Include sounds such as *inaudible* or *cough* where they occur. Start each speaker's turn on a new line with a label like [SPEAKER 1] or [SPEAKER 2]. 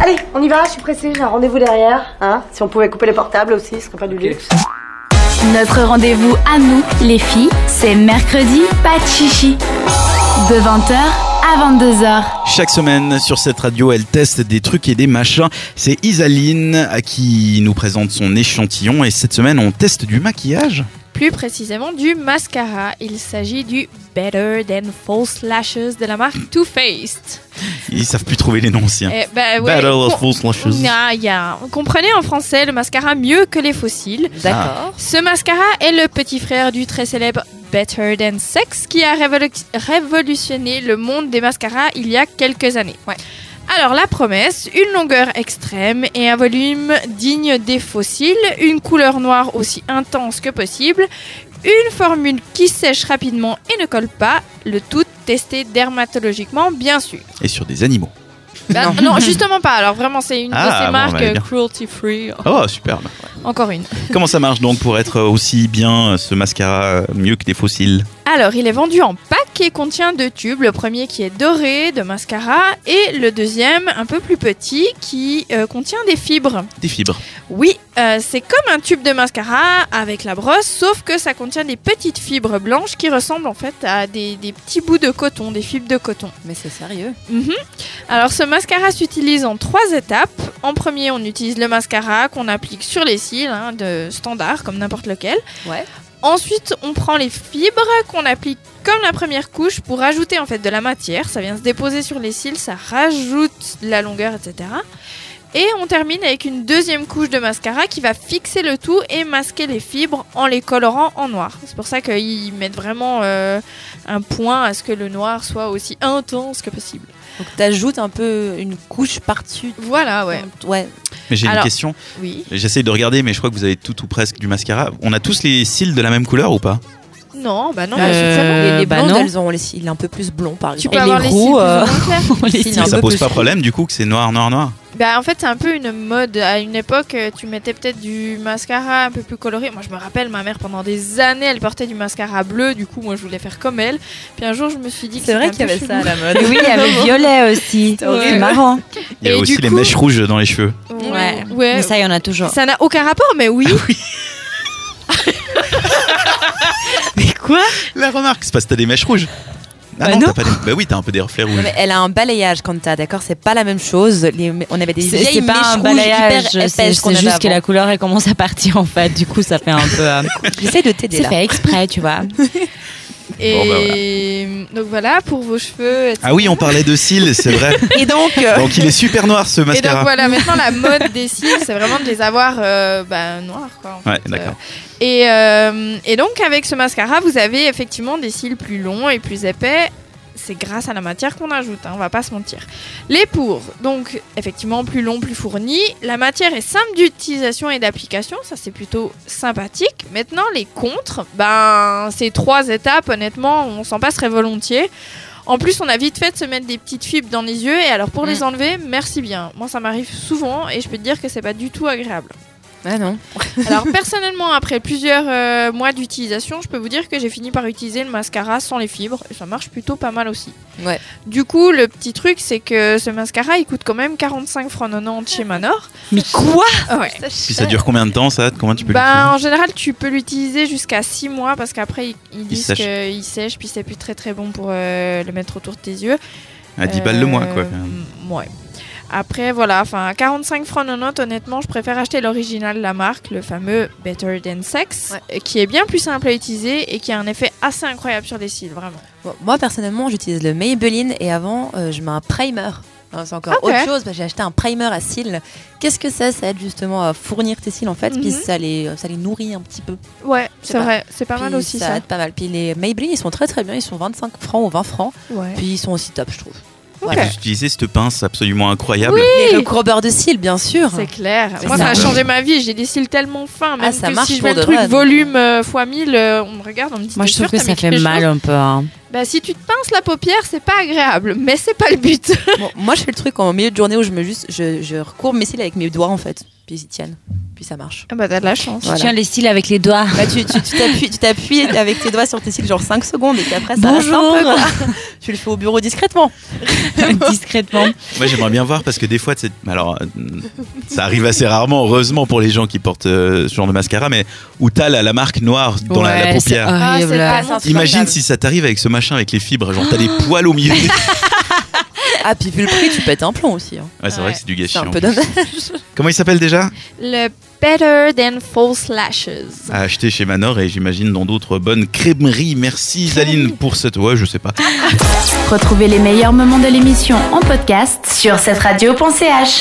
[SPEAKER 1] Allez, on y va, je suis pressée, j'ai un rendez-vous derrière. Hein si on pouvait couper les portables aussi, ce serait pas du luxe.
[SPEAKER 2] Notre rendez-vous à nous, les filles, c'est mercredi, pas de chichi. De 20h à 22h.
[SPEAKER 3] Chaque semaine sur cette radio, elle teste des trucs et des machins. C'est Isaline à qui nous présente son échantillon et cette semaine on teste du maquillage.
[SPEAKER 4] Plus précisément du mascara. Il s'agit du Better Than False Lashes de la marque Too Faced.
[SPEAKER 3] Ils savent plus trouver les noms anciens.
[SPEAKER 4] Eh ben, ouais,
[SPEAKER 3] Battle
[SPEAKER 4] com-
[SPEAKER 3] of False Lashes.
[SPEAKER 4] Ah, y a- Comprenez en français le mascara mieux que les fossiles.
[SPEAKER 3] D'accord.
[SPEAKER 4] Ce mascara est le petit frère du très célèbre Better Than Sex qui a révolu- révolutionné le monde des mascaras il y a quelques années. Alors la promesse, une longueur extrême et un volume digne des fossiles, une couleur noire aussi intense que possible, une formule qui sèche rapidement et ne colle pas, le tout testé dermatologiquement bien sûr.
[SPEAKER 3] Et sur des animaux.
[SPEAKER 4] Bah,
[SPEAKER 3] Non.
[SPEAKER 4] non. justement pas. Alors vraiment, c'est une
[SPEAKER 3] Ah,
[SPEAKER 4] de ces
[SPEAKER 3] bon,
[SPEAKER 4] marques
[SPEAKER 3] bah, bien.
[SPEAKER 4] euh, cruelty free.
[SPEAKER 3] Oh, superbe.
[SPEAKER 4] Encore une.
[SPEAKER 3] Comment ça marche donc pour être aussi bien euh, ce mascara euh, mieux que des fossiles
[SPEAKER 4] Alors, il est vendu en pack et contient deux tubes. Le premier qui est doré de mascara et le deuxième un peu plus petit qui euh, contient des fibres.
[SPEAKER 3] Des fibres.
[SPEAKER 4] Oui, euh, c'est comme un tube de mascara avec la brosse, sauf que ça contient des petites fibres blanches qui ressemblent en fait à des, des petits bouts de coton, des fibres de coton.
[SPEAKER 5] Mais c'est sérieux.
[SPEAKER 4] Mhm. Alors ce mascara s'utilise en trois étapes. En premier, on utilise le mascara qu'on applique sur les cils, hein, de standard comme n'importe lequel.
[SPEAKER 5] Ouais.
[SPEAKER 4] Ensuite, on prend les fibres qu'on applique comme la première couche pour ajouter en fait de la matière. Ça vient se déposer sur les cils, ça rajoute de la longueur, etc. Et on termine avec une deuxième couche de mascara qui va fixer le tout et masquer les fibres en les colorant en noir. C'est pour ça qu'ils mettent vraiment euh, un point à ce que le noir soit aussi intense que possible.
[SPEAKER 5] Donc t'ajoutes un peu une couche par-dessus.
[SPEAKER 4] Voilà, ouais.
[SPEAKER 5] Ouais.
[SPEAKER 3] Mais j'ai une
[SPEAKER 4] Alors-
[SPEAKER 3] question.
[SPEAKER 4] Oui.
[SPEAKER 3] J'essaye de regarder, mais je crois que vous avez tout ou presque du mascara. On a tous les cils de la même couleur ou pas
[SPEAKER 4] Non, bah non.
[SPEAKER 5] Bah,
[SPEAKER 4] mais-
[SPEAKER 5] c'est ça,
[SPEAKER 6] Euh,
[SPEAKER 5] les, les
[SPEAKER 6] bah
[SPEAKER 5] blondes,
[SPEAKER 6] non.
[SPEAKER 5] elles ont les cils un peu plus blonds, par
[SPEAKER 4] Tu
[SPEAKER 5] exemple.
[SPEAKER 4] peux
[SPEAKER 6] Et
[SPEAKER 4] avoir
[SPEAKER 6] les
[SPEAKER 4] les
[SPEAKER 6] gros,
[SPEAKER 4] cils plus ou
[SPEAKER 6] euh,
[SPEAKER 4] moins
[SPEAKER 6] *laughs*
[SPEAKER 4] clairs.
[SPEAKER 6] Les
[SPEAKER 5] Si,
[SPEAKER 6] cils
[SPEAKER 5] non.
[SPEAKER 6] un
[SPEAKER 3] Et ça
[SPEAKER 6] peu
[SPEAKER 3] pose
[SPEAKER 6] plus
[SPEAKER 3] pas
[SPEAKER 6] longs.
[SPEAKER 3] problème du coup que c'est noir, noir, noir
[SPEAKER 4] Bah en fait c'est un peu une mode. À une époque euh, tu mettais peut-être du mascara un peu plus coloré. Moi je me rappelle ma mère pendant des années elle portait du mascara bleu. Du coup moi je voulais faire comme elle. Puis un jour je me suis dit que
[SPEAKER 5] *laughs* C'est vrai qu'il
[SPEAKER 4] c'était
[SPEAKER 5] y
[SPEAKER 4] un peu
[SPEAKER 5] avait ça à la mode.
[SPEAKER 6] Mais oui, il y
[SPEAKER 5] *laughs*
[SPEAKER 6] avait violet aussi. C'est
[SPEAKER 4] horrible.
[SPEAKER 6] marrant.
[SPEAKER 3] Il y a
[SPEAKER 4] Et
[SPEAKER 3] aussi
[SPEAKER 4] du
[SPEAKER 3] les
[SPEAKER 4] coup-
[SPEAKER 3] mèches rouges dans les cheveux.
[SPEAKER 4] chelou.
[SPEAKER 6] Ouais.
[SPEAKER 4] Ouais. ouais.
[SPEAKER 6] Mais ça, il y Ah en a toujours.
[SPEAKER 4] Ça n'a aucun rapport mais oui.
[SPEAKER 6] Mais quoi
[SPEAKER 3] La remarque, c'est parce que t'as des mèches rouges. Ah
[SPEAKER 6] Bah
[SPEAKER 3] non,
[SPEAKER 6] non.
[SPEAKER 3] t'as pas des- Bah oui, t'as un peu des reflets rouges.
[SPEAKER 5] Non, mais elle a un balayage quand t'as, d'accord C'est pas la même chose. Les- on avait des
[SPEAKER 6] C'est
[SPEAKER 5] vieilles
[SPEAKER 6] c'est pas
[SPEAKER 5] mèches
[SPEAKER 6] un
[SPEAKER 5] rouges
[SPEAKER 6] balayage,
[SPEAKER 5] hyper
[SPEAKER 6] c'est
[SPEAKER 5] épaisses qu'on
[SPEAKER 6] c'est
[SPEAKER 5] avait
[SPEAKER 6] juste que
[SPEAKER 5] avant.
[SPEAKER 6] la couleur elle commence à partir en fait. Du coup, ça fait un peu. euh,
[SPEAKER 5] J'essaie de t'aider
[SPEAKER 6] *laughs* C'est
[SPEAKER 5] là.
[SPEAKER 6] fait exprès, tu *laughs* vois.
[SPEAKER 4] Et
[SPEAKER 3] Bon, bah,
[SPEAKER 4] donc voilà pour vos cheveux. etc.
[SPEAKER 3] Ah oui, on parlait de cils, c'est vrai.
[SPEAKER 5] Et donc, euh,
[SPEAKER 3] Donc il est super noir ce
[SPEAKER 4] Et donc
[SPEAKER 3] mascara.
[SPEAKER 4] voilà, maintenant
[SPEAKER 6] *laughs*
[SPEAKER 4] la mode des cils, c'est vraiment de les avoir euh, bah, noirs quoi. en
[SPEAKER 3] Ouais,
[SPEAKER 4] fait.
[SPEAKER 3] d'accord.
[SPEAKER 4] Et, euh, et donc avec ce mascara, vous avez effectivement des cils plus longs et plus épais. C'est grâce à la matière qu'on ajoute, hein, on va pas se mentir. Les pour, donc effectivement plus long, plus fourni. La matière est simple d'utilisation et d'application, ça c'est plutôt sympathique. Maintenant les contres, ben ces trois étapes, honnêtement, on s'en passerait volontiers. En plus, on a vite fait de se mettre des petites fibres dans les yeux, et alors
[SPEAKER 3] Mm.
[SPEAKER 4] pour les enlever, merci bien. Moi, ça m'arrive souvent, et je peux te dire que c'est pas du tout agréable.
[SPEAKER 5] ah non.
[SPEAKER 4] Alors personnellement, après plusieurs euh, mois d'utilisation, je peux vous dire que j'ai fini par utiliser le mascara sans les fibres et ça marche plutôt pas mal aussi.
[SPEAKER 5] Ouais.
[SPEAKER 4] Du coup, le petit truc, c'est que ce mascara, il coûte quand même 45 francs 90 chez Manor.
[SPEAKER 6] Mais quoi
[SPEAKER 4] Ouais.
[SPEAKER 3] Puis ça dure combien de temps ça Comment tu peux
[SPEAKER 4] Ben, en général, tu peux l'utiliser jusqu'à 6 mois parce qu'après, ils, ils disent
[SPEAKER 3] sèche.
[SPEAKER 4] qu'il sèche, puis c'est plus très très bon pour euh, le mettre autour de tes yeux.
[SPEAKER 3] l'utiliser À 10 balles le mois quoi.
[SPEAKER 4] Euh, Ouais. Après, voilà, enfin, 45 francs 90, honnêtement, je préfère acheter l'original de la marque, le fameux Better Than Sex, qui est bien plus simple à utiliser et qui a un effet assez incroyable sur les cils, vraiment.
[SPEAKER 5] Bon, moi, personnellement, j'utilise le Maybelline et avant, euh, je mets un primer. Hein, c'est encore
[SPEAKER 4] Ok.
[SPEAKER 5] autre chose. parce que J'ai acheté un primer à cils. Qu'est-ce que c'est Ça aide justement à fournir tes cils en fait, puis
[SPEAKER 4] Mhm.
[SPEAKER 5] ça les, euh, ça les nourrit un petit peu.
[SPEAKER 4] Ouais, c'est
[SPEAKER 5] pas-
[SPEAKER 4] vrai, c'est pas
[SPEAKER 5] Puis
[SPEAKER 4] mal aussi ça.
[SPEAKER 5] aide pas mal. Puis les Maybelline, ils sont très très bien. Ils sont 25 francs ou 20 francs.
[SPEAKER 4] Ouais.
[SPEAKER 5] Puis ils sont aussi top, je trouve.
[SPEAKER 4] Ok.
[SPEAKER 3] Et vous utilisez cette pince absolument incroyable.
[SPEAKER 5] Et le gros beurre de cils, bien sûr.
[SPEAKER 4] C'est clair.
[SPEAKER 5] C'est
[SPEAKER 4] Moi, ça
[SPEAKER 5] ça.
[SPEAKER 4] a changé ma vie. J'ai des cils tellement fins. Même
[SPEAKER 5] Ah, ça
[SPEAKER 4] que
[SPEAKER 5] marche
[SPEAKER 4] si je
[SPEAKER 5] pour
[SPEAKER 4] mets le
[SPEAKER 5] de
[SPEAKER 4] truc
[SPEAKER 5] vrai, donc.
[SPEAKER 4] volume euh, x 1000, euh, on me regarde, on me dit
[SPEAKER 6] Moi,
[SPEAKER 4] T'es
[SPEAKER 6] je trouve
[SPEAKER 4] sûre,
[SPEAKER 6] que
[SPEAKER 4] t'as
[SPEAKER 6] ça
[SPEAKER 4] mis
[SPEAKER 6] fait
[SPEAKER 4] quelque
[SPEAKER 6] mal
[SPEAKER 4] chose
[SPEAKER 6] un peu. hein.
[SPEAKER 4] Bah, si tu te pinces la paupière, c'est pas agréable. Mais c'est pas le but.
[SPEAKER 5] Bon, moi, je fais le truc en milieu de journée où je me juste, je, je recourbe mes cils avec mes doigts en fait. Puis ils y tiennent. Puis puis ça marche.
[SPEAKER 4] Ah bah t'as de la chance.
[SPEAKER 5] Voilà.
[SPEAKER 6] Tiens les cils avec les *laughs* doigts.
[SPEAKER 5] Bah, tu tu- tu t'appuies tu t'appuies avec tes doigts sur tes cils genre 5 secondes et puis après ça reste
[SPEAKER 6] Bonjour.
[SPEAKER 5] un peu, quoi. Tu le fais au bureau discrètement.
[SPEAKER 6] discrètement.
[SPEAKER 3] Moi, j'aimerais bien voir parce que des fois, tu sais, alors euh, ça arrive assez rarement, heureusement pour les gens qui portent euh, ce genre de mascara, mais où t'as la, la marque noire dans la- la,
[SPEAKER 6] Ouais, c'est
[SPEAKER 3] paupière.
[SPEAKER 6] horrible.
[SPEAKER 4] Ah,
[SPEAKER 5] c'est
[SPEAKER 3] Imagine si ça t'arrive avec ce machin avec les fibres, genre t'as des poils au milieu.
[SPEAKER 5] Ah puis vu le prix, tu pètes un plomb aussi. hein.
[SPEAKER 3] Ouais, c'est vrai
[SPEAKER 4] Ouais.
[SPEAKER 3] que c'est du gâchis.
[SPEAKER 5] C'est un
[SPEAKER 3] en
[SPEAKER 5] peu
[SPEAKER 3] plus.
[SPEAKER 5] dommage.
[SPEAKER 3] Comment il s'appelle déjà
[SPEAKER 4] Le Better Than False Lashes.
[SPEAKER 3] À acheter chez Manor et j'imagine dans d'autres bonnes crèmeries. Merci Zaline pour cette. Ouais, je sais pas.
[SPEAKER 2] Retrouvez les meilleurs moments de l'émission en podcast sur cette radio.ch.